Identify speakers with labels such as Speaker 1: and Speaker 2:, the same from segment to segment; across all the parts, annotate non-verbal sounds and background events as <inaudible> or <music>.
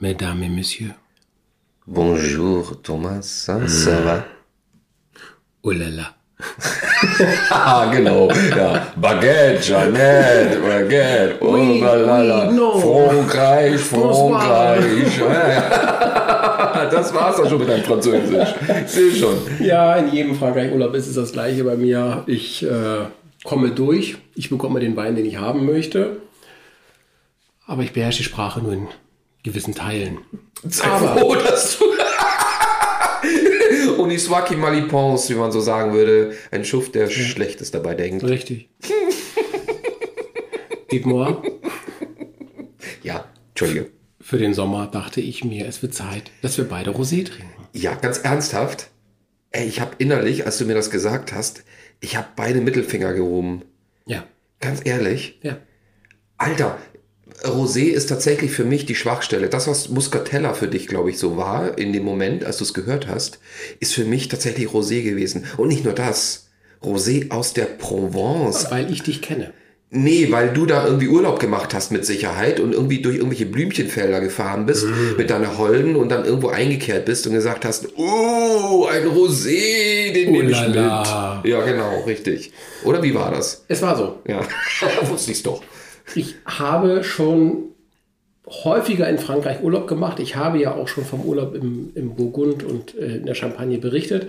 Speaker 1: Mesdames et Messieurs.
Speaker 2: Bonjour Thomas, ça va?
Speaker 1: Oh la la.
Speaker 2: Ah, genau. Ja. Baguette, Jeannette, Baguette, oh
Speaker 1: Oui,
Speaker 2: la la la.
Speaker 1: oui, non. <laughs>
Speaker 2: Frankreich,
Speaker 1: Bonsoir.
Speaker 2: Frankreich. Ja, ja. <laughs> Das war's dann schon mit deinem Französisch. Sehe schon.
Speaker 1: Ja, in jedem Frankreich-Urlaub ist es das gleiche bei mir. Ich äh, komme durch, ich bekomme den Wein, den ich haben möchte. Aber ich beherrsche die Sprache nur in gewissen Teilen.
Speaker 2: Sei
Speaker 1: Aber-
Speaker 2: froh, dass du. <laughs> Uniswaki Malipons, wie man so sagen würde. Ein Schuft, der Schlechtes dabei denkt.
Speaker 1: Richtig. <laughs> Dietmar,
Speaker 2: Ja, Entschuldige.
Speaker 1: für den Sommer dachte ich mir, es wird Zeit, dass wir beide Rosé trinken.
Speaker 2: Ja, ganz ernsthaft. Ey, ich habe innerlich, als du mir das gesagt hast, ich habe beide Mittelfinger gehoben.
Speaker 1: Ja,
Speaker 2: Ganz ehrlich.
Speaker 1: ja.
Speaker 2: Alter, Rosé ist tatsächlich für mich die Schwachstelle. Das, was Muscatella für dich, glaube ich, so war, in dem Moment, als du es gehört hast, ist für mich tatsächlich Rosé gewesen. Und nicht nur das. Rosé aus der Provence.
Speaker 1: Weil ich dich kenne.
Speaker 2: Nee, weil du da irgendwie Urlaub gemacht hast mit Sicherheit und irgendwie durch irgendwelche Blümchenfelder gefahren bist
Speaker 1: Hm.
Speaker 2: mit deiner Holden und dann irgendwo eingekehrt bist und gesagt hast, oh, ein Rosé,
Speaker 1: Oh,
Speaker 2: den nehme ich mit.
Speaker 1: Ulala.
Speaker 2: Ja, genau, richtig. Oder wie war das?
Speaker 1: Es war so.
Speaker 2: Ja, <laughs> wusste ich's doch.
Speaker 1: Ich habe schon häufiger in Frankreich Urlaub gemacht. Ich habe ja auch schon vom Urlaub im, im Burgund und äh, in der Champagne berichtet.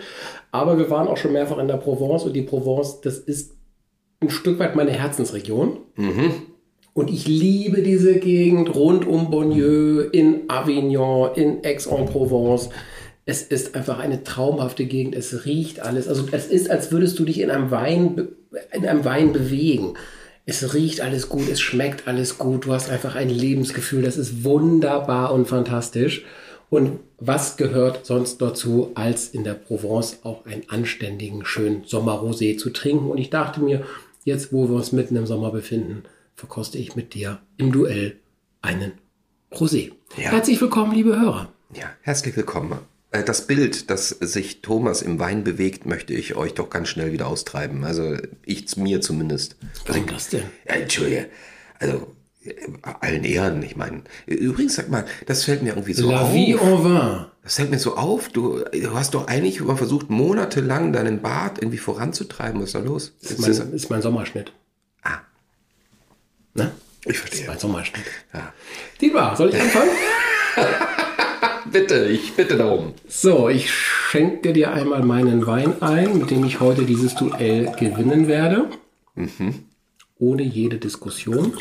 Speaker 1: Aber wir waren auch schon mehrfach in der Provence und die Provence, das ist ein Stück weit meine Herzensregion. Und ich liebe diese Gegend rund um Bonnieu, in Avignon, in Aix-en-Provence. Es ist einfach eine traumhafte Gegend. Es riecht alles. Also es ist, als würdest du dich in einem Wein, be- in einem Wein bewegen. Es riecht alles gut, es schmeckt alles gut. Du hast einfach ein Lebensgefühl. Das ist wunderbar und fantastisch. Und was gehört sonst dazu, als in der Provence auch einen anständigen, schönen Sommerrosé zu trinken? Und ich dachte mir, jetzt, wo wir uns mitten im Sommer befinden, verkoste ich mit dir im Duell einen Rosé.
Speaker 2: Ja.
Speaker 1: Herzlich willkommen, liebe Hörer.
Speaker 2: Ja, herzlich willkommen. Äh, Das Bild, das sich Thomas im Wein bewegt, möchte ich euch doch ganz schnell wieder austreiben. Also ich mir zumindest.
Speaker 1: Warum das denn?
Speaker 2: Ja, Entschuldige. Also äh, allen Ehren, ich meine. Übrigens, sag mal, das fällt mir irgendwie so
Speaker 1: La
Speaker 2: auf.
Speaker 1: vie en vin.
Speaker 2: Das fällt mir so auf. Du, du hast doch eigentlich immer versucht, monatelang deinen Bart irgendwie voranzutreiben. Was ist da los?
Speaker 1: Ist
Speaker 2: Jetzt
Speaker 1: mein, ist mein Sommerschnitt.
Speaker 2: Ah.
Speaker 1: Ne?
Speaker 2: ich
Speaker 1: Ist
Speaker 2: verstehe.
Speaker 1: mein Sommerschnitt.
Speaker 2: Ja.
Speaker 1: Dietmar, soll ich anfangen?
Speaker 2: Bitte, ich bitte darum.
Speaker 1: So, ich schenke dir einmal meinen Wein ein, mit dem ich heute dieses Duell gewinnen werde. Mhm. Ohne jede Diskussion.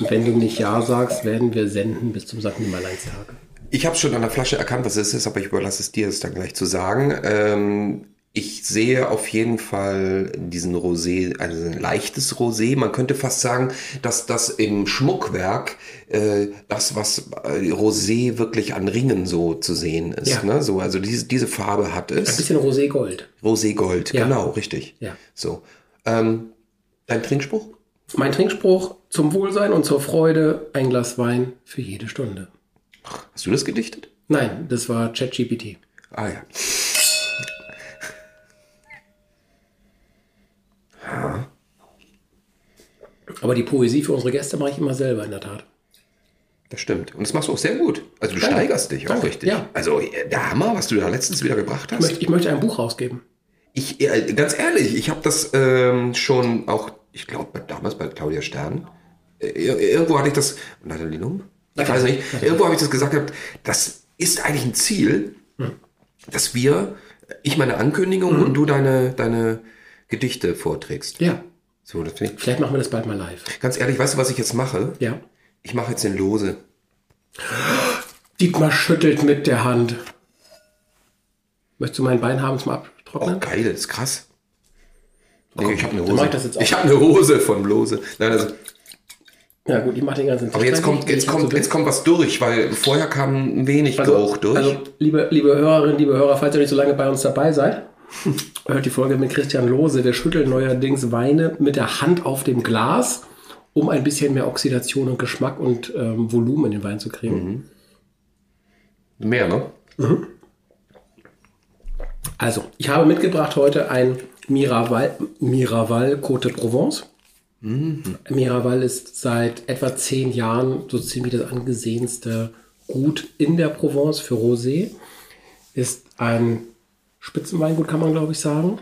Speaker 1: Und wenn du nicht Ja sagst, werden wir senden bis zum St. Nimmerleinstag.
Speaker 2: Ich habe schon an der Flasche erkannt, was es ist, aber ich überlasse es dir, es dann gleich zu sagen. Ähm, ich sehe auf jeden Fall diesen Rosé, also ein leichtes Rosé. Man könnte fast sagen, dass das im Schmuckwerk äh, das, was äh, Rosé wirklich an Ringen so zu sehen ist.
Speaker 1: Ja.
Speaker 2: Ne? So, also diese, diese Farbe hat
Speaker 1: Ein
Speaker 2: es.
Speaker 1: bisschen Rosé-Gold.
Speaker 2: Rosé Gold,
Speaker 1: Ja.
Speaker 2: genau, richtig.
Speaker 1: Ja.
Speaker 2: So. Ähm, dein Trinkspruch?
Speaker 1: Mein Trinkspruch zum Wohlsein und zur Freude, ein Glas Wein für jede Stunde.
Speaker 2: Hast du das gedichtet?
Speaker 1: Nein, das war ChatGPT.
Speaker 2: Ah ja.
Speaker 1: Aber die Poesie für unsere Gäste mache ich immer selber, in der Tat.
Speaker 2: Das stimmt. Und das machst du auch sehr gut. Also du
Speaker 1: Danke.
Speaker 2: steigerst dich auch
Speaker 1: Danke.
Speaker 2: richtig.
Speaker 1: Ja.
Speaker 2: Also äh, der Hammer, was du da letztens wieder gebracht
Speaker 1: Ich
Speaker 2: hast.
Speaker 1: möchte, ich möchte ein Buch rausgeben.
Speaker 2: Ich, äh, ganz ehrlich, ich habe das ähm, schon auch, ich glaube damals bei Claudia Stern, äh, ir- irgendwo hatte ich das, Nathalie Lump? Ich weiß nicht, irgendwo habe ich das gesagt, gehabt, das ist eigentlich ein Ziel,
Speaker 1: Hm.
Speaker 2: dass wir, ich meine Ankündigung und du deine, deine Gedichte vorträgst.
Speaker 1: Ja,
Speaker 2: So, das finde
Speaker 1: vielleicht machen wir das bald mal live.
Speaker 2: ich, ganz ehrlich, weißt du, was ich jetzt mache?
Speaker 1: Ja.
Speaker 2: Ich mache jetzt den Lose.
Speaker 1: Dietmar schüttelt mit der Hand. Möchtest du mein Bein haben zum
Speaker 2: Oh,
Speaker 1: Abtrocknen?
Speaker 2: geil, das ist krass. Nee, ich habe eine
Speaker 1: dann mach
Speaker 2: Hose.
Speaker 1: ich das jetzt auch.
Speaker 2: ich habe eine Hose von Lose. Nein, also,
Speaker 1: Ja gut, ich mache den ganzen Tisch.
Speaker 2: Oh. aber jetzt kommt, jetzt, kommt, jetzt kommt was durch, weil vorher kam ein wenig Geruch durch.
Speaker 1: Also, liebe, liebe Hörerinnen, liebe Hörer, falls ihr nicht so lange bei uns dabei seid, <laughs> hört die Folge mit Christian Lose. Wir schütteln neuerdings Weine mit der Hand auf dem Glas, um ein bisschen mehr Oxidation und Geschmack und ähm, Volumen in den Wein zu kriegen.
Speaker 2: Mehr, ne?
Speaker 1: Also, ich habe mitgebracht heute ein Miraval, Miraval Côte de Provence. Miraval ist seit etwa zehn Jahren so ziemlich das angesehenste Gut in der Provence für Rosé. Ist ein Spitzenweingut, kann man glaube ich sagen.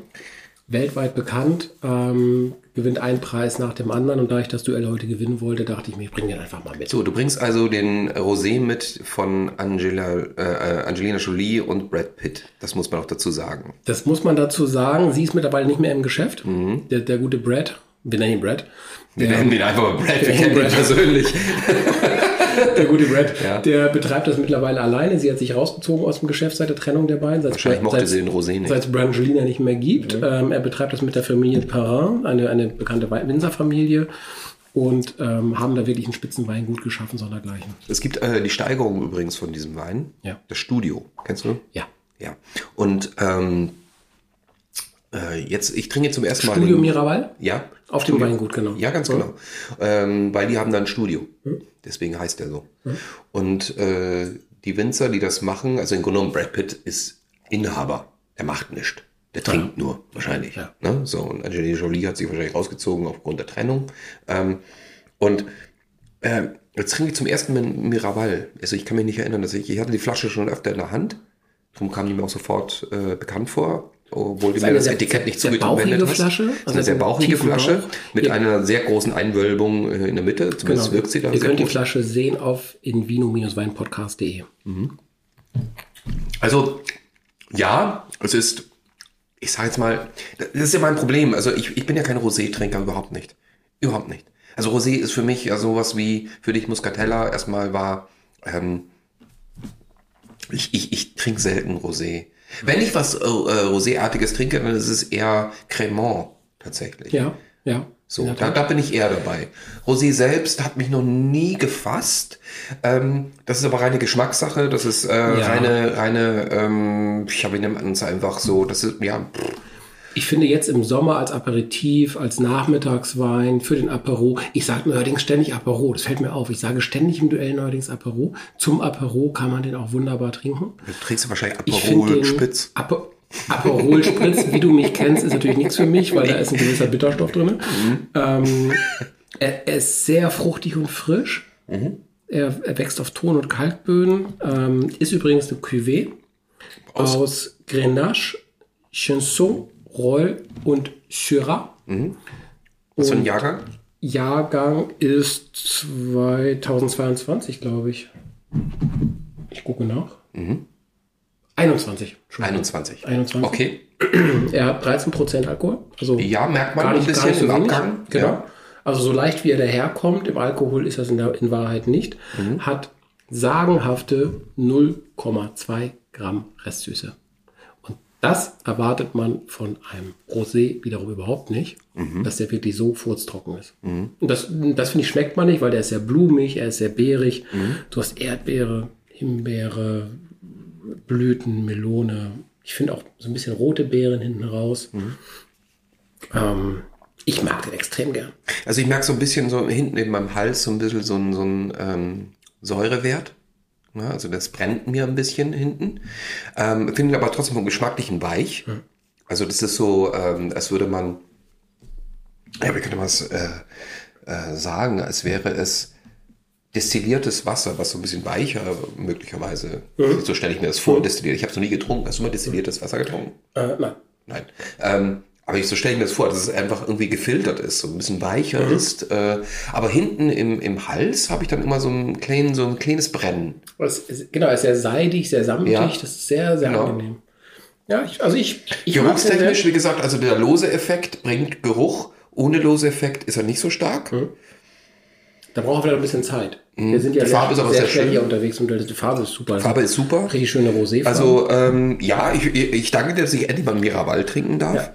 Speaker 1: Weltweit bekannt, ähm, gewinnt einen Preis nach dem anderen. Und da ich das Duell heute gewinnen wollte, dachte ich mir, ich bringe den einfach mal mit.
Speaker 2: So, du bringst also den Rosé mit von Angela, äh, Angelina Jolie und Brad Pitt. Das muss man auch dazu sagen.
Speaker 1: Das muss man dazu sagen. Sie ist mittlerweile nicht mehr im Geschäft. Der, der gute Brad, wir nennen ihn Brad.
Speaker 2: Wir nennen ihn einfach mal Brad, wir
Speaker 1: Ja,
Speaker 2: kennen ihn
Speaker 1: Brad.
Speaker 2: persönlich.
Speaker 1: Der gute Brad,
Speaker 2: Ja.
Speaker 1: der betreibt das mittlerweile alleine. Sie hat sich rausgezogen aus dem Geschäft seit der Trennung der beiden. Seit
Speaker 2: Wahrscheinlich mochte
Speaker 1: seit,
Speaker 2: sie den Rosé nicht. Mhm.
Speaker 1: Seit es Brangelina nicht mehr gibt. Ähm, er betreibt das mit der Familie Perrin, eine, eine bekannte Wei- Winzerfamilie. Und ähm, haben da wirklich einen Spitzenweingut geschaffen, sondergleichen.
Speaker 2: Es gibt äh, die Steigerung übrigens von diesem Wein.
Speaker 1: Ja.
Speaker 2: Das Studio. Kennst du?
Speaker 1: Ja.
Speaker 2: Ja. Und ähm, äh, jetzt, ich trinke zum ersten Mal.
Speaker 1: Studio
Speaker 2: den-
Speaker 1: Miraval?
Speaker 2: Ja.
Speaker 1: Auf dem Weingut, genau. Hm?
Speaker 2: Ja, ganz genau. Ähm, weil die haben da ein Studio. Deswegen heißt der so. Und äh, die Winzer, die das machen, also im Grunde genommen Brad Pitt ist Inhaber. Er macht nichts. Der trinkt nur, wahrscheinlich.
Speaker 1: Ja.
Speaker 2: Ne? So, und Angelina Jolie hat sich wahrscheinlich rausgezogen aufgrund der Trennung. Ähm, und äh, jetzt trinke ich zum ersten Mal Miraval. Also ich kann mich nicht erinnern, dass ich, ich hatte die Flasche schon öfter in der Hand. Darum kam die mir auch sofort äh, bekannt vor, obwohl du mir
Speaker 1: eine
Speaker 2: das
Speaker 1: sehr-
Speaker 2: Etikett nicht
Speaker 1: sehr
Speaker 2: zugetragen
Speaker 1: bauchige
Speaker 2: hast.
Speaker 1: Flasche,
Speaker 2: Das ist
Speaker 1: also
Speaker 2: eine sehr
Speaker 1: mit
Speaker 2: bauchige
Speaker 1: tiefem
Speaker 2: Flasche
Speaker 1: Bauch. genau.
Speaker 2: mit
Speaker 1: Ihr-
Speaker 2: einer sehr großen Einwölbung äh, in der Mitte. Zumindest
Speaker 1: Genau.
Speaker 2: wirkt sie da
Speaker 1: Ihr
Speaker 2: sehr
Speaker 1: könnt die
Speaker 2: gut.
Speaker 1: Flasche sehen auf invino-weinpodcast.de.
Speaker 2: Also, ja, es ist, ich sag jetzt mal, das ist ja mein Problem. Also, ich, ich bin ja kein Rosé-Trinker, überhaupt nicht. Überhaupt nicht. Also, Rosé ist für mich ja sowas wie, für dich Muscatella erstmal war, ähm, ich, ich, ich trinke selten Rosé. Wenn ich was äh, äh, Rosé-artiges trinke, dann ist es eher Cremant tatsächlich.
Speaker 1: Ja, ja.
Speaker 2: So,
Speaker 1: Ja,
Speaker 2: da, da bin ich eher dabei. Rosé selbst hat mich noch nie gefasst. Ähm, das ist aber reine Geschmackssache. Das ist äh, reine, reine, ähm, ich habe ihn es einfach so. Das ist, ja, pff,
Speaker 1: Ich finde jetzt im Sommer als Aperitif, als Nachmittagswein, für den Apero, ich sage neuerdings ständig Apero, das fällt mir auf. Ich sage ständig im Duell neuerdings Apero. Zum Apero kann man den auch wunderbar trinken.
Speaker 2: du trinkst ja wahrscheinlich
Speaker 1: Ich finde
Speaker 2: Aperol
Speaker 1: den
Speaker 2: Spitz.
Speaker 1: Ape Aperol Spritz, wie du mich kennst, ist natürlich nichts für mich, weil da ist ein gewisser Bitterstoff drin.
Speaker 2: Mhm.
Speaker 1: Ähm, er, er ist sehr fruchtig und frisch.
Speaker 2: Mhm.
Speaker 1: Er, er wächst auf Ton- und Kalkböden. Ähm, ist übrigens eine Cuvée aus, Grenache, Chenson, Roll und Syrah.
Speaker 2: Was für ein Jahrgang?
Speaker 1: Jahrgang ist 2022, glaube ich. Ich gucke nach.
Speaker 2: Mhm.
Speaker 1: 21. Entschuldigung.
Speaker 2: 21.
Speaker 1: 21.
Speaker 2: Okay.
Speaker 1: Er hat 13% Alkohol. Also
Speaker 2: Ja, merkt man
Speaker 1: gar
Speaker 2: ein
Speaker 1: nicht, gar
Speaker 2: bisschen
Speaker 1: nicht so
Speaker 2: im
Speaker 1: wenig.
Speaker 2: Abgang.
Speaker 1: Genau.
Speaker 2: Ja.
Speaker 1: Also so leicht wie er daherkommt, im Alkohol ist das in, der, in Wahrheit nicht, hat sagenhafte 0,2 Gramm Restsüße. Und das erwartet man von einem Rosé wiederum überhaupt nicht, dass der wirklich so furztrocken ist. Und das, das finde ich schmeckt man nicht, weil der ist sehr blumig, er ist sehr beerig. Du hast Erdbeere, Himbeere, Blüten, Melone. Ich finde auch so ein bisschen rote Beeren hinten raus. Ähm, ich mag den extrem gern.
Speaker 2: Also ich merke so ein bisschen so hinten in meinem Hals so ein bisschen so ein, so ein ähm, Säurewert. Ne, also das brennt mir ein bisschen hinten. Ähm, Finde ihn aber trotzdem vom Geschmacklichen weich. Also das ist so, ähm, als würde man, ja, wie könnte man es äh, äh, sagen, als wäre es destilliertes Wasser, was so ein bisschen weicher möglicherweise, so stelle ich mir das vor, destilliert. Ich habe es noch nie getrunken. Hast du mal destilliertes Wasser getrunken?
Speaker 1: Äh, nein.
Speaker 2: Nein. Ähm, aber ich so stelle ich mir das vor, dass es einfach irgendwie gefiltert ist, so ein bisschen weicher
Speaker 1: Mhm.
Speaker 2: ist. Äh, aber hinten im, im Hals habe ich dann immer so ein, kleinen, so ein kleines Brennen.
Speaker 1: Es ist, genau, es ist sehr seidig, sehr samtig.
Speaker 2: Ja.
Speaker 1: Das ist sehr, sehr
Speaker 2: Genau.
Speaker 1: angenehm. Ja, ich, also ich, ich mag den sehr.
Speaker 2: Geruchstechnisch, wie gesagt, also der lose Effekt bringt Geruch. Ohne lose Effekt ist er nicht so stark.
Speaker 1: Mhm. Da brauchen wir vielleicht ein bisschen Zeit. Wir sind ja
Speaker 2: Mhm. Die
Speaker 1: sehr,
Speaker 2: Farbe ist aber
Speaker 1: sehr,
Speaker 2: sehr
Speaker 1: schnell
Speaker 2: schön.
Speaker 1: hier unterwegs und die Farbe ist super.
Speaker 2: Farbe ist super.
Speaker 1: Richtig schöne Rosé.
Speaker 2: Also ähm, ja, ich, ich danke dir, dass ich endlich mal Miraval trinken darf.
Speaker 1: Ja.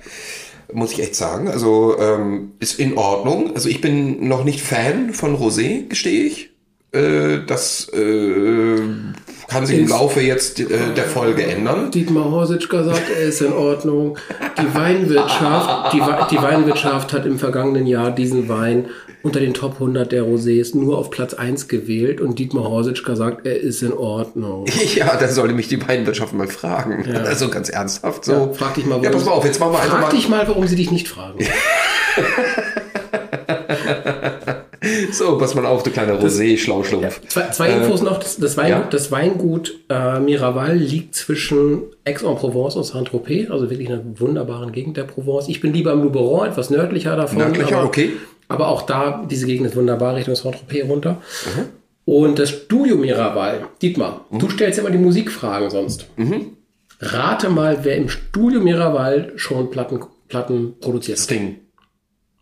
Speaker 2: Muss ich echt sagen. Also ähm, ist in Ordnung. Also ich bin noch nicht Fan von Rosé, gestehe ich. Äh, das äh, kann sich im
Speaker 1: Ist-
Speaker 2: Laufe jetzt äh, der Folge ändern. <laughs>
Speaker 1: Dietmar Horsitschka sagt, er ist in Ordnung. Die Weinwirtschaft, die, Wa- die Weinwirtschaft hat im vergangenen Jahr diesen Wein unter den Top 100 der Rosés nur auf Platz 1 gewählt und Dietmar Horsitschka sagt, er ist in Ordnung.
Speaker 2: Ja, dann sollte mich die beiden Wirtschaften mal fragen. <laughs> Also ganz ernsthaft. So.
Speaker 1: Ja, frag dich mal,
Speaker 2: Ja,
Speaker 1: warum-
Speaker 2: pass mal auf, jetzt machen wir einfach
Speaker 1: Frag
Speaker 2: mal.
Speaker 1: dich mal, warum sie dich nicht fragen.
Speaker 2: <laughs> So, pass mal auf, du kleiner Rosé-Schlauschlumpf.
Speaker 1: Zwei, zwei Infos noch. Das, das Weingut,
Speaker 2: Äh, ja.
Speaker 1: das Weingut äh, Miraval liegt zwischen Aix-en-Provence und Saint-Tropez, also wirklich in einer wunderbaren Gegend der Provence. Ich bin lieber im Luberon, etwas nördlicher davon.
Speaker 2: Nördlicher,
Speaker 1: aber,
Speaker 2: okay.
Speaker 1: Aber auch da, diese Gegend ist wunderbar, Richtung Saint-Tropez runter.
Speaker 2: Mhm.
Speaker 1: Und das Studio Miraval, Dietmar, du stellst immer die Musikfragen sonst.
Speaker 2: Mhm.
Speaker 1: Rate mal, wer im Studio Miraval schon Platten, Platten produziert hat.
Speaker 2: Sting.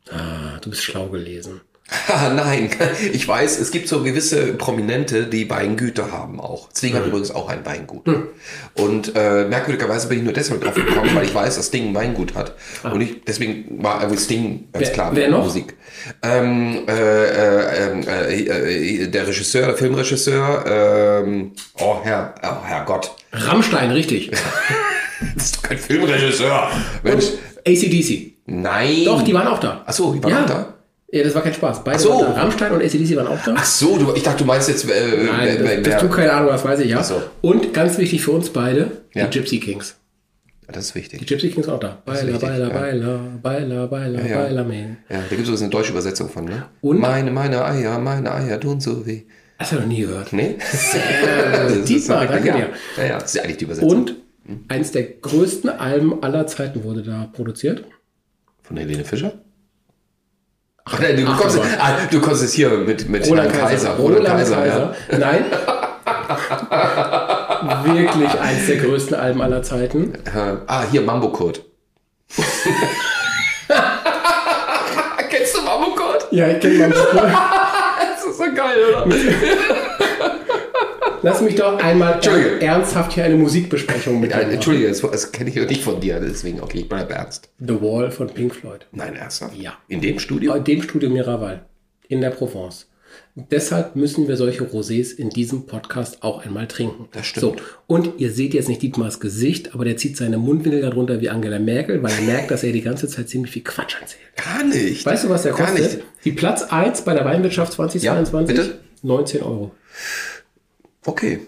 Speaker 1: Ah, du bist schlau gelesen.
Speaker 2: <laughs> Ah, nein, ich weiß, es gibt so gewisse Prominente, die Weingüter haben auch. Sting
Speaker 1: Hm.
Speaker 2: hat übrigens auch ein Weingut. Und äh, merkwürdigerweise bin ich nur deshalb drauf gekommen, weil ich weiß, dass Sting ein Weingut hat. Und ich, deswegen war also Sting ganz
Speaker 1: Ah. Wer-
Speaker 2: klar
Speaker 1: wer noch?
Speaker 2: Musik. Ähm, äh, äh, ähm, äh, äh, der Regisseur, der Filmregisseur, ähm, oh Herr, oh Herrgott,
Speaker 1: Rammstein, richtig.
Speaker 2: das ist doch kein Filmregisseur. Mensch,
Speaker 1: ACDC.
Speaker 2: nein.
Speaker 1: Doch, die waren auch da.
Speaker 2: Hm. Ach so, die waren
Speaker 1: ja.
Speaker 2: auch da?
Speaker 1: Ja, das war kein Spaß. Beide
Speaker 2: so.
Speaker 1: waren da. Rammstein und ACDC waren auch da.
Speaker 2: Ach so, du, ich dachte, du meinst jetzt, äh,
Speaker 1: Nein,
Speaker 2: wer-
Speaker 1: das, das
Speaker 2: wer-
Speaker 1: tut keine Ahnung, das weiß ich ja.
Speaker 2: so.
Speaker 1: Und ganz wichtig für uns beide,
Speaker 2: Ja.
Speaker 1: die Gypsy Kings.
Speaker 2: das ist wichtig.
Speaker 1: Die Gypsy Kings auch da. Baila,
Speaker 2: richtig,
Speaker 1: baila,
Speaker 2: ja.
Speaker 1: baila, baila, baila,
Speaker 2: ja.
Speaker 1: baila, man.
Speaker 2: Ja, da gibt es übrigens eine deutsche Übersetzung von, ne?
Speaker 1: Und?
Speaker 2: Meine, meine Eier, meine Eier tun so weh.
Speaker 1: Hast du noch nie gehört. <laughs>
Speaker 2: Ne?
Speaker 1: Äh, Dietmar, danke
Speaker 2: ja.
Speaker 1: dir.
Speaker 2: Ja, ja, das ist eigentlich die Übersetzung.
Speaker 1: Und
Speaker 2: Hm.
Speaker 1: eins der größten Alben aller Zeiten wurde da produziert.
Speaker 2: Von Helene Fischer? Ach, nein, du,
Speaker 1: ach,
Speaker 2: kommst,
Speaker 1: aber-
Speaker 2: ah, du kommst jetzt hier mit, mit Herrn
Speaker 1: Roland Kaiser.
Speaker 2: Ja. <laughs>
Speaker 1: Nein. Wirklich eins der größten Alben aller Zeiten.
Speaker 2: Äh, Ah, hier Mambo <laughs> Kurt. Kennst du Mambo Kurt?
Speaker 1: Ja, ich kenne mal.
Speaker 2: Das ist so geil, oder?
Speaker 1: Lass mich doch einmal
Speaker 2: Entschuldige.
Speaker 1: ernsthaft hier eine Musikbesprechung mit
Speaker 2: Ja,
Speaker 1: dir machen.
Speaker 2: Entschuldige, das, das kenne ich nicht von dir, deswegen, okay, ich bleibe ernst.
Speaker 1: The Wall von Pink Floyd.
Speaker 2: Nein, ernsthaft?
Speaker 1: Ja. Äh,
Speaker 2: In dem Studio?
Speaker 1: In dem Studio Miraval in der Provence. Deshalb müssen wir solche Rosés in diesem Podcast auch einmal trinken. Das
Speaker 2: stimmt.
Speaker 1: So, und ihr seht jetzt nicht Dietmars Gesicht, aber der zieht seine Mundwinkel darunter wie Angela Merkel, weil er merkt, dass er die ganze Zeit ziemlich viel Quatsch erzählt.
Speaker 2: Gar nicht.
Speaker 1: Weißt du, was der
Speaker 2: Gar
Speaker 1: kostet?
Speaker 2: nicht.
Speaker 1: Die Platz 1 bei der Weinwirtschaft 2022?
Speaker 2: Ja, bitte?
Speaker 1: 19 Euro.
Speaker 2: Okay.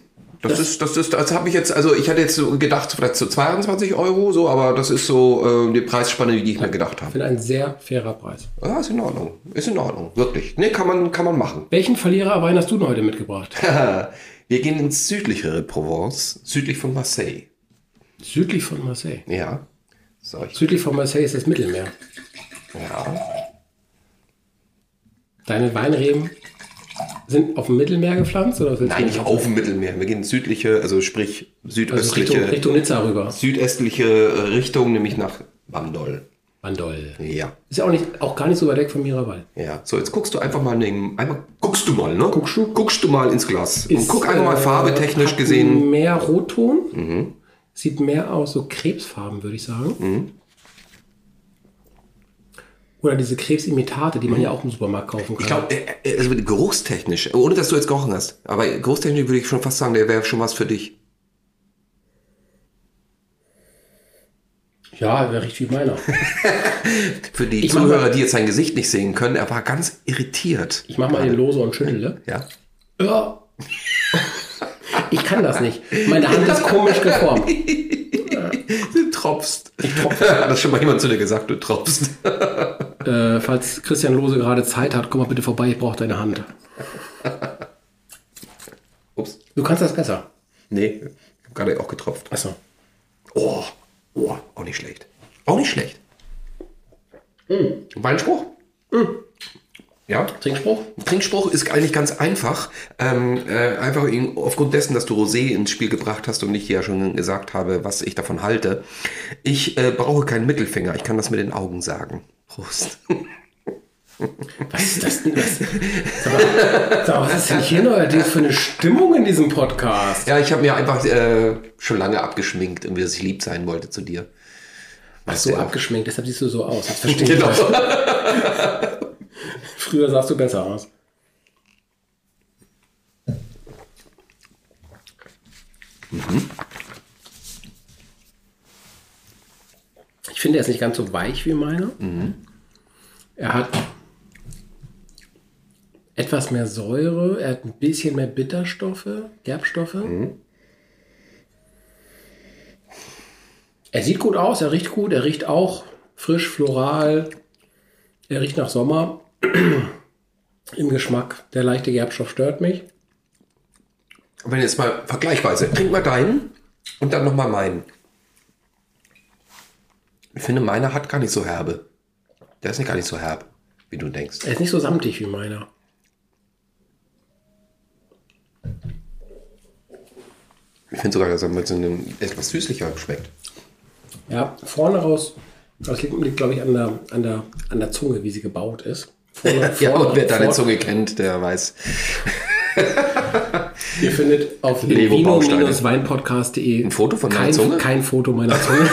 Speaker 2: Das, ist, das ist, das habe ich jetzt, also ich hatte jetzt so gedacht, vielleicht so 22 Euro, so, aber das ist so äh, die Preisspanne, die ich mir gedacht habe.
Speaker 1: Für ein sehr fairer Preis.
Speaker 2: Ja, ist in Ordnung. Ist in Ordnung, wirklich. Ne, kann man, kann man machen. <laughs>
Speaker 1: Welchen Verliererwein hast du denn heute mitgebracht?
Speaker 2: Wir gehen ins südlichere Provence, südlich von Marseille.
Speaker 1: Südlich von Marseille.
Speaker 2: Ja. So, ich,
Speaker 1: Südlich von Marseille ist das Mittelmeer.
Speaker 2: ja.
Speaker 1: Deine Weinreben sind auf dem Mittelmeer gepflanzt? Oder sind sie-
Speaker 2: Eigentlich auf dem Mittelmeer. Wir gehen ins südliche, also sprich
Speaker 1: also Richtung,
Speaker 2: südöstliche,
Speaker 1: Richtung Nizza rüber.
Speaker 2: südöstliche Richtung, nämlich nach Bandol.
Speaker 1: Bandol.
Speaker 2: Ja.
Speaker 1: Ist ja auch, nicht, auch gar nicht so weit weg von Miraval.
Speaker 2: Ja, so jetzt guckst du einfach mal neben, einmal guckst du mal, ne?
Speaker 1: Guckst du?
Speaker 2: Guckst du mal ins Glas und
Speaker 1: Ist,
Speaker 2: guck einfach mal
Speaker 1: äh,
Speaker 2: Farbe technisch
Speaker 1: hat
Speaker 2: gesehen. Mhm.
Speaker 1: Mehr Rotton. Sieht mehr aus so Krebsfarben, würde ich sagen.
Speaker 2: Mhm.
Speaker 1: Oder diese Krebsimitate, die man ja auch im Supermarkt kaufen kann.
Speaker 2: Ich glaube, also geruchstechnisch, ohne dass du jetzt gerochen hast, aber geruchstechnisch würde ich schon fast sagen, der wäre schon was für dich.
Speaker 1: ja, wäre richtig wie meiner.
Speaker 2: Für die
Speaker 1: Ich mach
Speaker 2: Zuhörer,
Speaker 1: mal-
Speaker 2: die jetzt sein Gesicht nicht sehen können, er war ganz irritiert.
Speaker 1: Ich mache
Speaker 2: <laughs>
Speaker 1: mal den lose und schüttle.
Speaker 2: Ja.
Speaker 1: Ja. Ich kann das nicht. Meine Hand ist komisch geformt.
Speaker 2: Du tropfst. <laughs> Hat das schon mal jemand zu dir gesagt, du tropfst?
Speaker 1: Äh, falls Christian Lose gerade Zeit hat, komm mal bitte vorbei, ich brauche deine Hand.
Speaker 2: Ups.
Speaker 1: Du kannst das besser.
Speaker 2: Nee, ich habe gerade auch getropft.
Speaker 1: Achso.
Speaker 2: Oh, oh, auch nicht schlecht. Auch nicht schlecht.
Speaker 1: Mm.
Speaker 2: Weinspruch? Ja.
Speaker 1: Trinkspruch?
Speaker 2: Trinkspruch ist eigentlich ganz einfach. Ähm, äh, einfach in, aufgrund dessen, dass du Rosé ins Spiel gebracht hast und ich ja schon gesagt habe, was ich davon halte. Ich äh, brauche keinen Mittelfinger. Ich kann das mit den Augen sagen. Prost. <laughs>
Speaker 1: Was ist das denn? <laughs> Was, sag mal, sag mal, was ist denn hier neuerdings für eine Stimmung in diesem Podcast?
Speaker 2: Ja, ich habe mir einfach äh, schon lange abgeschminkt, irgendwie, dass ich lieb sein wollte zu dir.
Speaker 1: Ach
Speaker 2: Weißt
Speaker 1: so
Speaker 2: du,
Speaker 1: abgeschminkt, deshalb siehst du so aus. Das verstehe ich.
Speaker 2: Genau.
Speaker 1: nicht.
Speaker 2: <laughs>
Speaker 1: Früher sahst du besser aus.
Speaker 2: Mhm.
Speaker 1: Ich finde, er ist nicht ganz so weich wie meiner.
Speaker 2: Mhm.
Speaker 1: Er hat etwas mehr Säure, er hat ein bisschen mehr Bitterstoffe, Gerbstoffe.
Speaker 2: Mhm.
Speaker 1: Er sieht gut aus, er riecht gut, er riecht auch frisch, floral. Er riecht nach Sommer. <clears throat> im Geschmack. Der leichte Gerbstoff stört mich.
Speaker 2: Wenn jetzt mal vergleichweise, trink mal deinen und dann nochmal meinen. Ich finde, meiner hat gar nicht so herbe. Der ist nicht gar nicht so herb, wie du denkst.
Speaker 1: Er ist nicht so samtig wie meiner.
Speaker 2: Ich finde sogar, dass er mit so einem etwas süßlicher schmeckt.
Speaker 1: Ja, vorne raus, das liegt, liegt glaube ich, an der, an, der, an der Zunge, wie sie gebaut ist. Vorne,
Speaker 2: <laughs> ja,
Speaker 1: vorne-
Speaker 2: und wer deine
Speaker 1: vorne-
Speaker 2: Zunge kennt, der weiß.
Speaker 1: Ihr findet auf
Speaker 2: Lego Bausteine.
Speaker 1: wino-weinpodcast.de
Speaker 2: Ein Foto von deiner
Speaker 1: kein,
Speaker 2: Zunge?
Speaker 1: kein Foto meiner Zunge.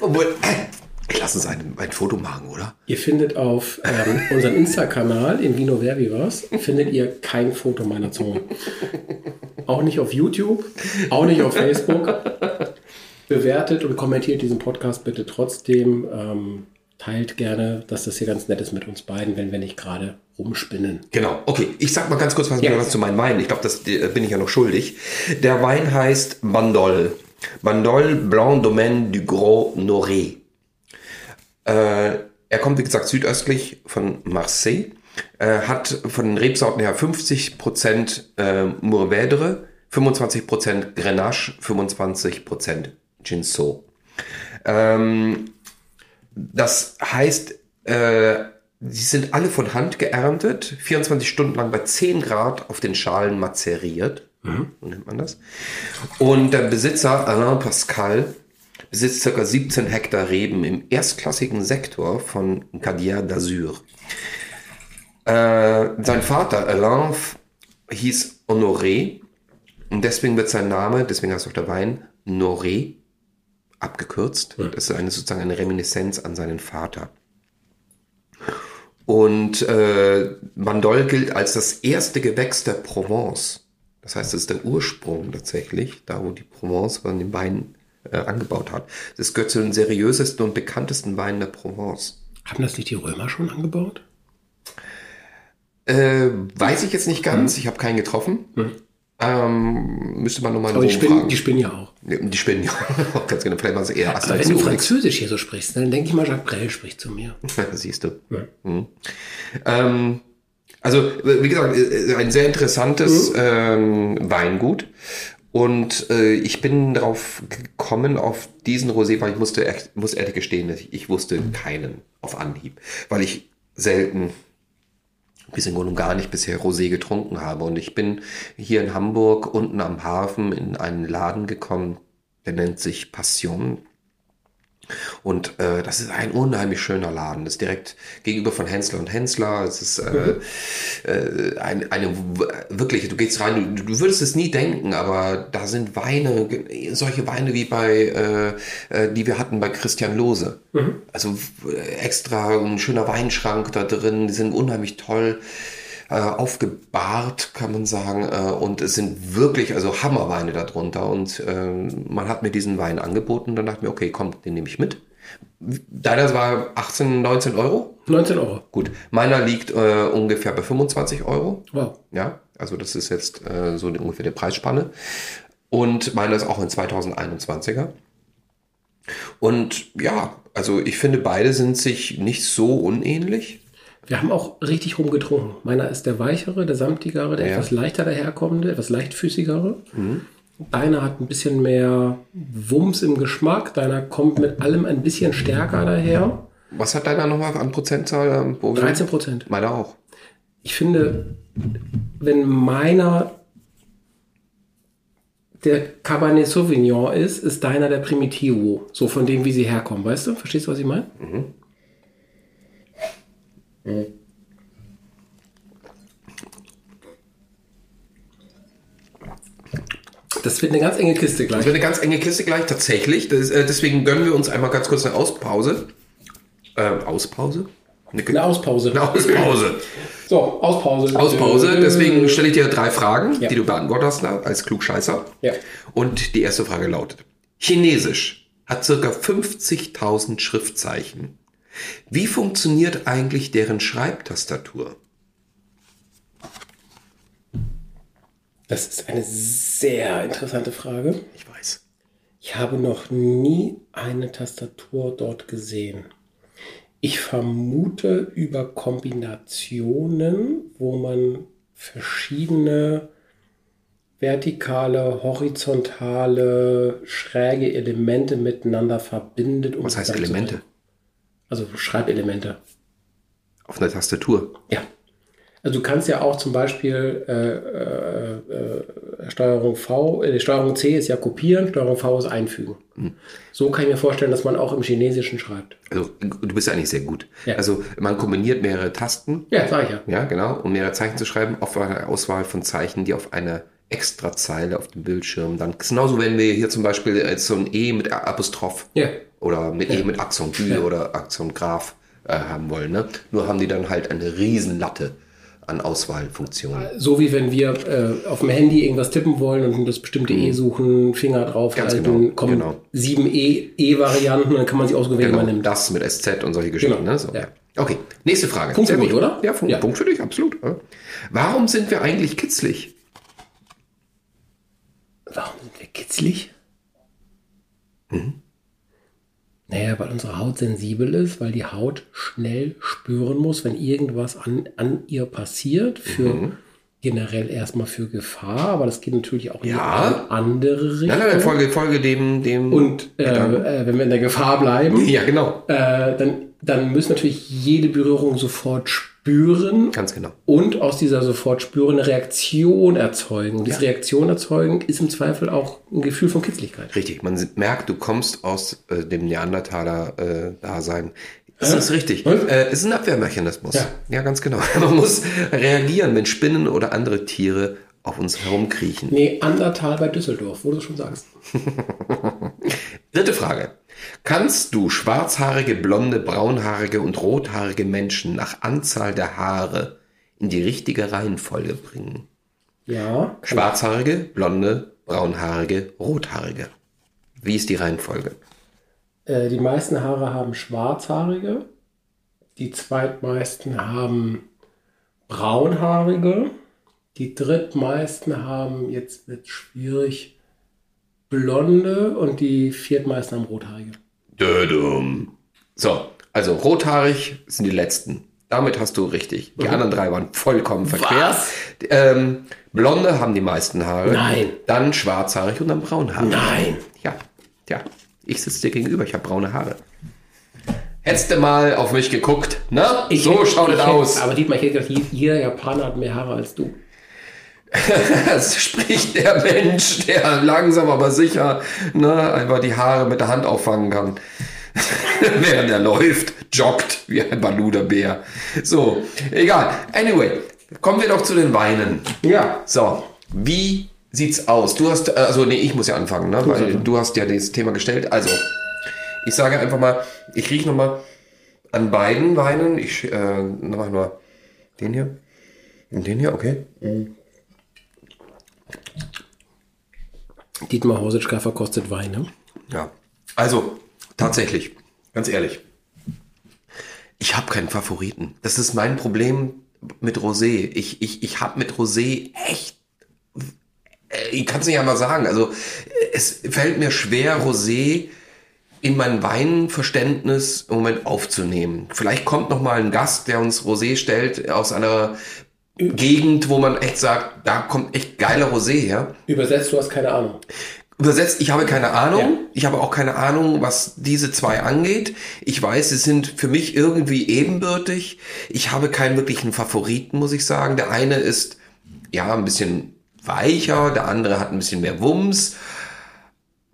Speaker 2: Obwohl, äh, lass uns ein, ein Foto machen, oder?
Speaker 1: Ihr findet auf ähm, unserem Insta-Kanal in Vino Verbivas, findet ihr kein Foto meiner Zunge. Auch nicht auf YouTube, auch nicht auf Facebook. Bewertet und kommentiert diesen Podcast bitte trotzdem. Ähm, teilt gerne, dass das hier ganz nett ist mit uns beiden, wenn wir nicht gerade rumspinnen.
Speaker 2: Genau, okay. Ich sag mal ganz kurz was,
Speaker 1: Ja.
Speaker 2: was zu meinem Wein. Ich glaube, das äh, bin ich ja noch schuldig. Der Wein heißt Bandol. Bandol Blanc Domaine du Gros Noré. Äh, er kommt, wie gesagt, südöstlich von Marseille. Äh, hat von den Rebsorten her 50% äh, Mourvèdre, 25% Grenache, 25% Ginso. Ähm, Das heißt, äh, sie sind alle von Hand geerntet, 24 Stunden lang bei 10 Grad auf den Schalen mazeriert. So nennt man das. Und der Besitzer Alain Pascal besitzt ca. 17 Hektar Reben im erstklassigen Sektor von Cadière d'Azur. Äh, sein Vater Alain f- hieß Honoré und deswegen wird sein Name, deswegen heißt auch der Wein, Noré abgekürzt. Das ist eine, sozusagen eine Reminiszenz an seinen Vater. Und äh, Mandol gilt als das erste Gewächs der Provence. Das heißt, es ist der Ursprung tatsächlich, da wo die Provence von den Wein äh, angebaut hat. Das gehört zu den seriösesten und bekanntesten Weinen der Provence.
Speaker 1: Haben das nicht die Römer schon angebaut?
Speaker 2: Äh, weiß ich jetzt nicht ganz,
Speaker 1: Mhm.
Speaker 2: ich habe keinen getroffen. Ähm, müsste man nochmal
Speaker 1: Aber die spinnen,
Speaker 2: fragen.
Speaker 1: die spinnen ja auch.
Speaker 2: Die, die spinnen ja. <laughs> Ganz genau, vielleicht waren es eher
Speaker 1: Aber wenn du
Speaker 2: Asterix-Obelix.
Speaker 1: Französisch hier so sprichst, dann denke ich mal, Jacques Brel spricht zu mir.
Speaker 2: <laughs> Siehst du.
Speaker 1: Ja.
Speaker 2: Mhm. Ähm, also, wie gesagt, äh, ein sehr interessantes ähm, Weingut. Und äh, ich bin drauf gekommen, auf diesen Rosé, weil ich musste, echt- muss ehrlich gestehen, dass ich, ich wusste keinen auf Anhieb, weil ich selten bis in Grund und gar nicht bisher Rosé getrunken habe. Und ich bin hier in Hamburg unten am Hafen in einen Laden gekommen, der nennt sich Passion. Und äh, das ist ein unheimlich schöner Laden. Das ist direkt gegenüber von Hensler und Hensler. Es ist äh, äh, ein, eine w- wirkliche, du gehst rein, du, du würdest es nie denken, aber da sind Weine, ge- solche Weine wie bei, äh, äh, die wir hatten bei Christian Lose. Also w- extra ein schöner Weinschrank da drin, die sind unheimlich toll äh, aufgebahrt, kann man sagen. Äh, und es sind wirklich, also Hammerweine darunter. Und äh, man hat mir diesen Wein angeboten. Dann dachte ich mir, okay, komm, den nehme ich mit. Deiner war 18, 19 Euro.
Speaker 1: 19 Euro.
Speaker 2: Gut, meiner liegt äh, ungefähr bei 25 Euro.
Speaker 1: Wow.
Speaker 2: Ja, also das ist jetzt äh, so ungefähr die Preisspanne. Und meiner ist auch ein 2021er. Und ja, also ich finde, beide sind sich nicht so unähnlich.
Speaker 1: Wir haben auch richtig rumgetrunken. Meiner ist der weichere, der samtigere, der
Speaker 2: Ja.
Speaker 1: etwas leichter daherkommende, etwas leichtfüßigere. Deiner hat ein bisschen mehr Wumms im Geschmack. Deiner kommt mit allem ein bisschen stärker daher.
Speaker 2: Was hat deiner nochmal an Prozentzahl? ähm, wo wir-
Speaker 1: 13 Prozent.
Speaker 2: Meiner auch.
Speaker 1: Ich finde, wenn meiner der Cabernet Sauvignon ist, ist deiner der Primitivo. So von dem, wie sie herkommen. Weißt du? Verstehst du, was ich meine? Mhm. Das wird eine ganz enge Kiste
Speaker 2: Das
Speaker 1: gleich.
Speaker 2: wird eine ganz enge Kiste gleich, tatsächlich. Das, äh, deswegen gönnen wir uns einmal ganz kurz eine Auspause. Ähm, Auspause? Eine,
Speaker 1: Eine Auspause.
Speaker 2: eine Auspause.
Speaker 1: So, Auspause.
Speaker 2: Auspause. Deswegen stelle ich dir drei Fragen,
Speaker 1: Äh. Ja.
Speaker 2: die du beantwortet hast na, als Klugscheißer.
Speaker 1: Ja.
Speaker 2: Und die erste Frage lautet: Chinesisch hat circa 50.000 Schriftzeichen. Wie funktioniert eigentlich deren Schreibtastatur?
Speaker 1: Das ist eine sehr interessante Frage.
Speaker 2: Ich weiß.
Speaker 1: Ich habe noch nie eine Tastatur dort gesehen. Ich vermute über Kombinationen, wo man verschiedene vertikale, horizontale, schräge Elemente miteinander verbindet. Um
Speaker 2: Was heißt
Speaker 1: zusammenzubringen.
Speaker 2: Elemente?
Speaker 1: Also Schreibelemente.
Speaker 2: Auf einer Tastatur.
Speaker 1: Ja. Also du kannst ja auch zum Beispiel äh, äh, äh, Steuerung V, äh, Steuerung C ist ja kopieren, Steuerung V ist einfügen.
Speaker 2: Hm.
Speaker 1: So kann ich mir vorstellen, dass man auch im Chinesischen schreibt.
Speaker 2: Also du bist ja eigentlich sehr gut.
Speaker 1: Ja.
Speaker 2: Also man kombiniert mehrere Tasten,
Speaker 1: Ja, sag ich ja.
Speaker 2: ja genau, um mehrere Zeichen zu schreiben, auf eine Auswahl von Zeichen, die auf eine Extrazeile auf dem Bildschirm dann. Genauso wenn wir hier zum Beispiel äh, so ein E mit A- Apostroph
Speaker 1: Ja.
Speaker 2: oder mit E mit Axon Dü oder Axon Graf äh, haben wollen. Ne? Nur haben die dann halt eine Riesenlatte an Auswahlfunktionen.
Speaker 1: So wie wenn wir äh, auf dem Handy irgendwas tippen wollen und das bestimmte E suchen, Finger draufhalten,
Speaker 2: Hm. Ganz genau,
Speaker 1: kommen
Speaker 2: genau.
Speaker 1: sieben E- E-Varianten, dann kann man sich ausgewählt
Speaker 2: Genau,
Speaker 1: man nimmt.
Speaker 2: das mit SZ und solche Geschichten.
Speaker 1: Genau,
Speaker 2: Ne? So.
Speaker 1: ja.
Speaker 2: Okay, nächste Frage.
Speaker 1: Punkt
Speaker 2: Sehr
Speaker 1: für mich,
Speaker 2: gut.
Speaker 1: oder?
Speaker 2: Ja, Punkt,
Speaker 1: Ja.
Speaker 2: Punkt für dich, absolut. Ja. Warum sind wir eigentlich kitzlig?
Speaker 1: Warum sind wir kitzlig?
Speaker 2: Mhm.
Speaker 1: Naja, weil unsere Haut sensibel ist, weil die Haut schnell spüren muss, wenn irgendwas an, an ihr passiert, für
Speaker 2: Mhm.
Speaker 1: generell erstmal für Gefahr, aber das geht natürlich auch in
Speaker 2: Ja.
Speaker 1: die andere Richtung.
Speaker 2: Nein, nein, nein, folge, folge dem, dem.
Speaker 1: Mhm. Und äh, äh, wenn wir in der Gefahr bleiben,
Speaker 2: ja, genau.
Speaker 1: äh, dann, dann müssen wir natürlich jede Berührung sofort spüren
Speaker 2: Ganz genau.
Speaker 1: und aus dieser sofort spüren eine Reaktion erzeugen. Und diese Reaktion erzeugen ist im Zweifel auch ein Gefühl von Kitzligkeit.
Speaker 2: Richtig. Man s- merkt, du kommst aus äh, dem Neandertaler-Dasein. das ist richtig.
Speaker 1: Was?
Speaker 2: Äh, es ist ein Abwehrmechanismus.
Speaker 1: Ja.
Speaker 2: ganz genau. <laughs> Man muss reagieren, wenn Spinnen oder andere Tiere auf uns herumkriechen.
Speaker 1: Neandertal bei Düsseldorf, wo du schon sagst.
Speaker 2: Dritte Frage. Kannst du schwarzhaarige, blonde, braunhaarige und rothaarige Menschen nach Anzahl der Haare in die richtige Reihenfolge bringen?
Speaker 1: Ja.
Speaker 2: Schwarzhaarige, blonde, braunhaarige, rothaarige. Wie ist die Reihenfolge?
Speaker 1: Äh, die meisten Haare haben schwarzhaarige. Die zweitmeisten haben braunhaarige. Die drittmeisten haben, jetzt wird schwierig, blonde und die viertmeisten haben rothaarige.
Speaker 2: Dödum. So, also rothaarig sind die letzten. Damit hast du richtig. Die anderen drei waren vollkommen verkehrt.
Speaker 1: Mhm. Was?
Speaker 2: Ähm, Blonde haben die meisten Haare.
Speaker 1: Nein.
Speaker 2: Dann schwarzhaarig und dann braunhaarig.
Speaker 1: Nein.
Speaker 2: Ja, ja. Ich sitze dir gegenüber, ich habe braune Haare. Hättest du mal auf mich geguckt, ne? so
Speaker 1: hätte-
Speaker 2: schaut
Speaker 1: ich
Speaker 2: es
Speaker 1: hätte-
Speaker 2: aus.
Speaker 1: Aber Dietmar, ich hätte gedacht, jeder Japaner hat mehr Haare als du.
Speaker 2: Das spricht der Mensch, der langsam aber sicher ne, einfach die Haare mit der Hand auffangen kann. <laughs> Während er läuft, joggt wie ein Baluderbär. So, egal. Anyway, kommen wir doch zu den Weinen.
Speaker 1: Ja.
Speaker 2: So, wie sieht's aus? Du hast, äh, also nee, ich muss ja anfangen, ne? Weil du hast ja das Thema gestellt. Also, ich sage einfach mal, ich riech noch mal an beiden Weinen. Ich äh, mach mal den hier und den hier, okay.
Speaker 1: Dietmar Horsitschka verkostet ne? Weine.
Speaker 2: Ja, also tatsächlich, ganz ehrlich, ich habe keinen Favoriten. Das ist mein Problem mit Rosé. Ich, ich, ich habe mit Rosé echt, äh, ich kann es nicht einmal sagen, also äh, es fällt mir schwer, Rosé in mein Weinverständnis im Moment aufzunehmen. Vielleicht kommt noch mal ein Gast, der uns Rosé stellt aus einer Gegend, wo man echt sagt, da kommt echt geiler Rosé her.
Speaker 1: Übersetzt, du hast keine Ahnung.
Speaker 2: Übersetzt, ich habe keine Ahnung.
Speaker 1: Ja.
Speaker 2: Ich habe auch keine Ahnung, was diese zwei angeht. Ich weiß, sie sind für mich irgendwie ebenbürtig. Ich habe keinen wirklichen Favoriten, muss ich sagen. Der eine ist, ja, ein bisschen weicher, der andere hat ein bisschen mehr Wumms.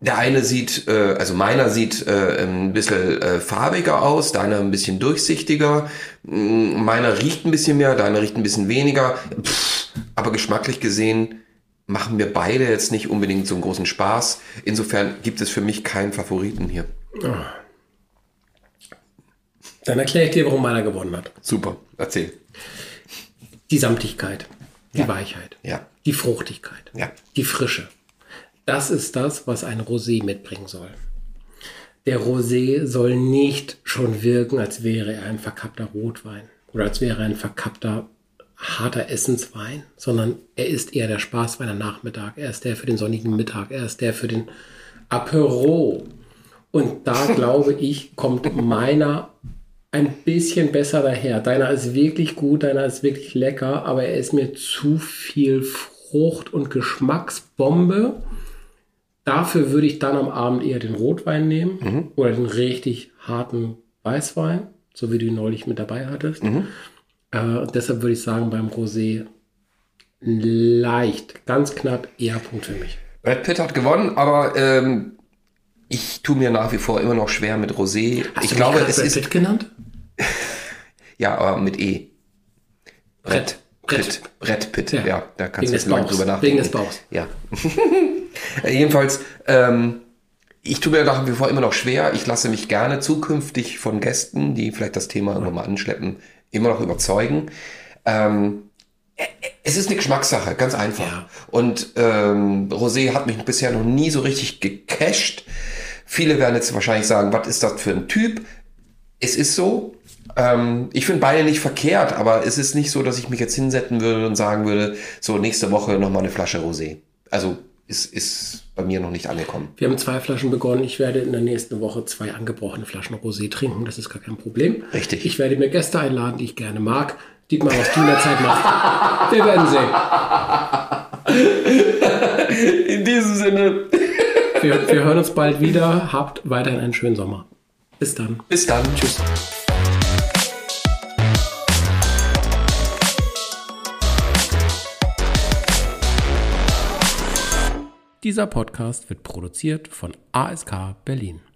Speaker 2: Der eine sieht, äh, also meiner sieht äh, ein bisschen äh, farbiger aus, deiner ein bisschen durchsichtiger, Mm, meiner riecht ein bisschen mehr, deiner riecht ein bisschen weniger. Pff, aber geschmacklich gesehen machen mir beide jetzt nicht unbedingt so einen großen Spaß. Insofern gibt es für mich keinen Favoriten hier.
Speaker 1: Dann erkläre ich dir, warum meiner gewonnen hat.
Speaker 2: Super, erzähl.
Speaker 1: Die Samtigkeit, die Weichheit,
Speaker 2: Ja,
Speaker 1: die Fruchtigkeit,
Speaker 2: ja.
Speaker 1: die Frische. Das ist das, was ein Rosé mitbringen soll. Der Rosé soll nicht schon wirken, als wäre er ein verkappter Rotwein oder als wäre er ein verkappter harter Essenswein, sondern er ist eher der Spaßwein am Nachmittag, er ist der für den sonnigen Mittag, er ist der für den Apero. Und da glaube ich, kommt meiner ein bisschen besser daher. Deiner ist wirklich gut, deiner ist wirklich lecker, aber er ist mir zu viel Frucht- und Geschmacksbombe. Dafür würde ich dann am Abend eher den Rotwein nehmen
Speaker 2: Mhm.
Speaker 1: oder den richtig harten Weißwein, so wie du ihn neulich mit dabei hattest.
Speaker 2: Mhm.
Speaker 1: Äh, und deshalb würde ich sagen, beim Rosé leicht, ganz knapp eher Punkt für mich.
Speaker 2: Brad Pitt hat gewonnen, aber ähm, ich tue mir nach wie vor immer noch schwer mit Rosé.
Speaker 1: Hast
Speaker 2: ich
Speaker 1: du mich
Speaker 2: glaube,
Speaker 1: gerade
Speaker 2: es
Speaker 1: Brad
Speaker 2: ist
Speaker 1: Pitt genannt?
Speaker 2: ja, aber mit E. Brett.
Speaker 1: Brett.
Speaker 2: Pitt. Brett Pitt. Ja,
Speaker 1: Ja.
Speaker 2: da
Speaker 1: Wegen des
Speaker 2: kannst du jetzt lange
Speaker 1: Bauchs.
Speaker 2: drüber nachdenken.
Speaker 1: Wegen des Bauchs.
Speaker 2: Ja. <laughs> Äh, Jedenfalls, ähm, ich tue mir nach wie vor immer noch schwer. Ich lasse mich gerne zukünftig von Gästen, die vielleicht das Thema nochmal anschleppen, immer noch überzeugen. Ähm, ä- ä- es ist eine Geschmackssache, ganz einfach.
Speaker 1: Ja.
Speaker 2: Und ähm, Rosé hat mich bisher noch nie so richtig gecasht. Viele werden jetzt wahrscheinlich sagen, was ist das für ein Typ? Es ist so. Ähm, ich finde beide nicht verkehrt, aber es ist nicht so, dass ich mich jetzt hinsetzen würde und sagen würde, so nächste Woche nochmal eine Flasche Rosé. Also es ist bei mir noch nicht angekommen.
Speaker 1: Wir haben zwei Flaschen begonnen. Ich werde in der nächsten Woche zwei angebrochene Flaschen Rosé trinken. Das ist gar kein Problem.
Speaker 2: Richtig.
Speaker 1: Ich werde mir Gäste einladen, die ich gerne mag. Dietmar, was du in der Zeit machst. Wir werden sehen.
Speaker 2: In diesem Sinne,
Speaker 1: Wir, wir hören uns bald wieder. Habt weiterhin einen schönen Sommer. Bis dann.
Speaker 2: bis dann. Tschüss.
Speaker 1: Dieser Podcast wird produziert von ASK Berlin.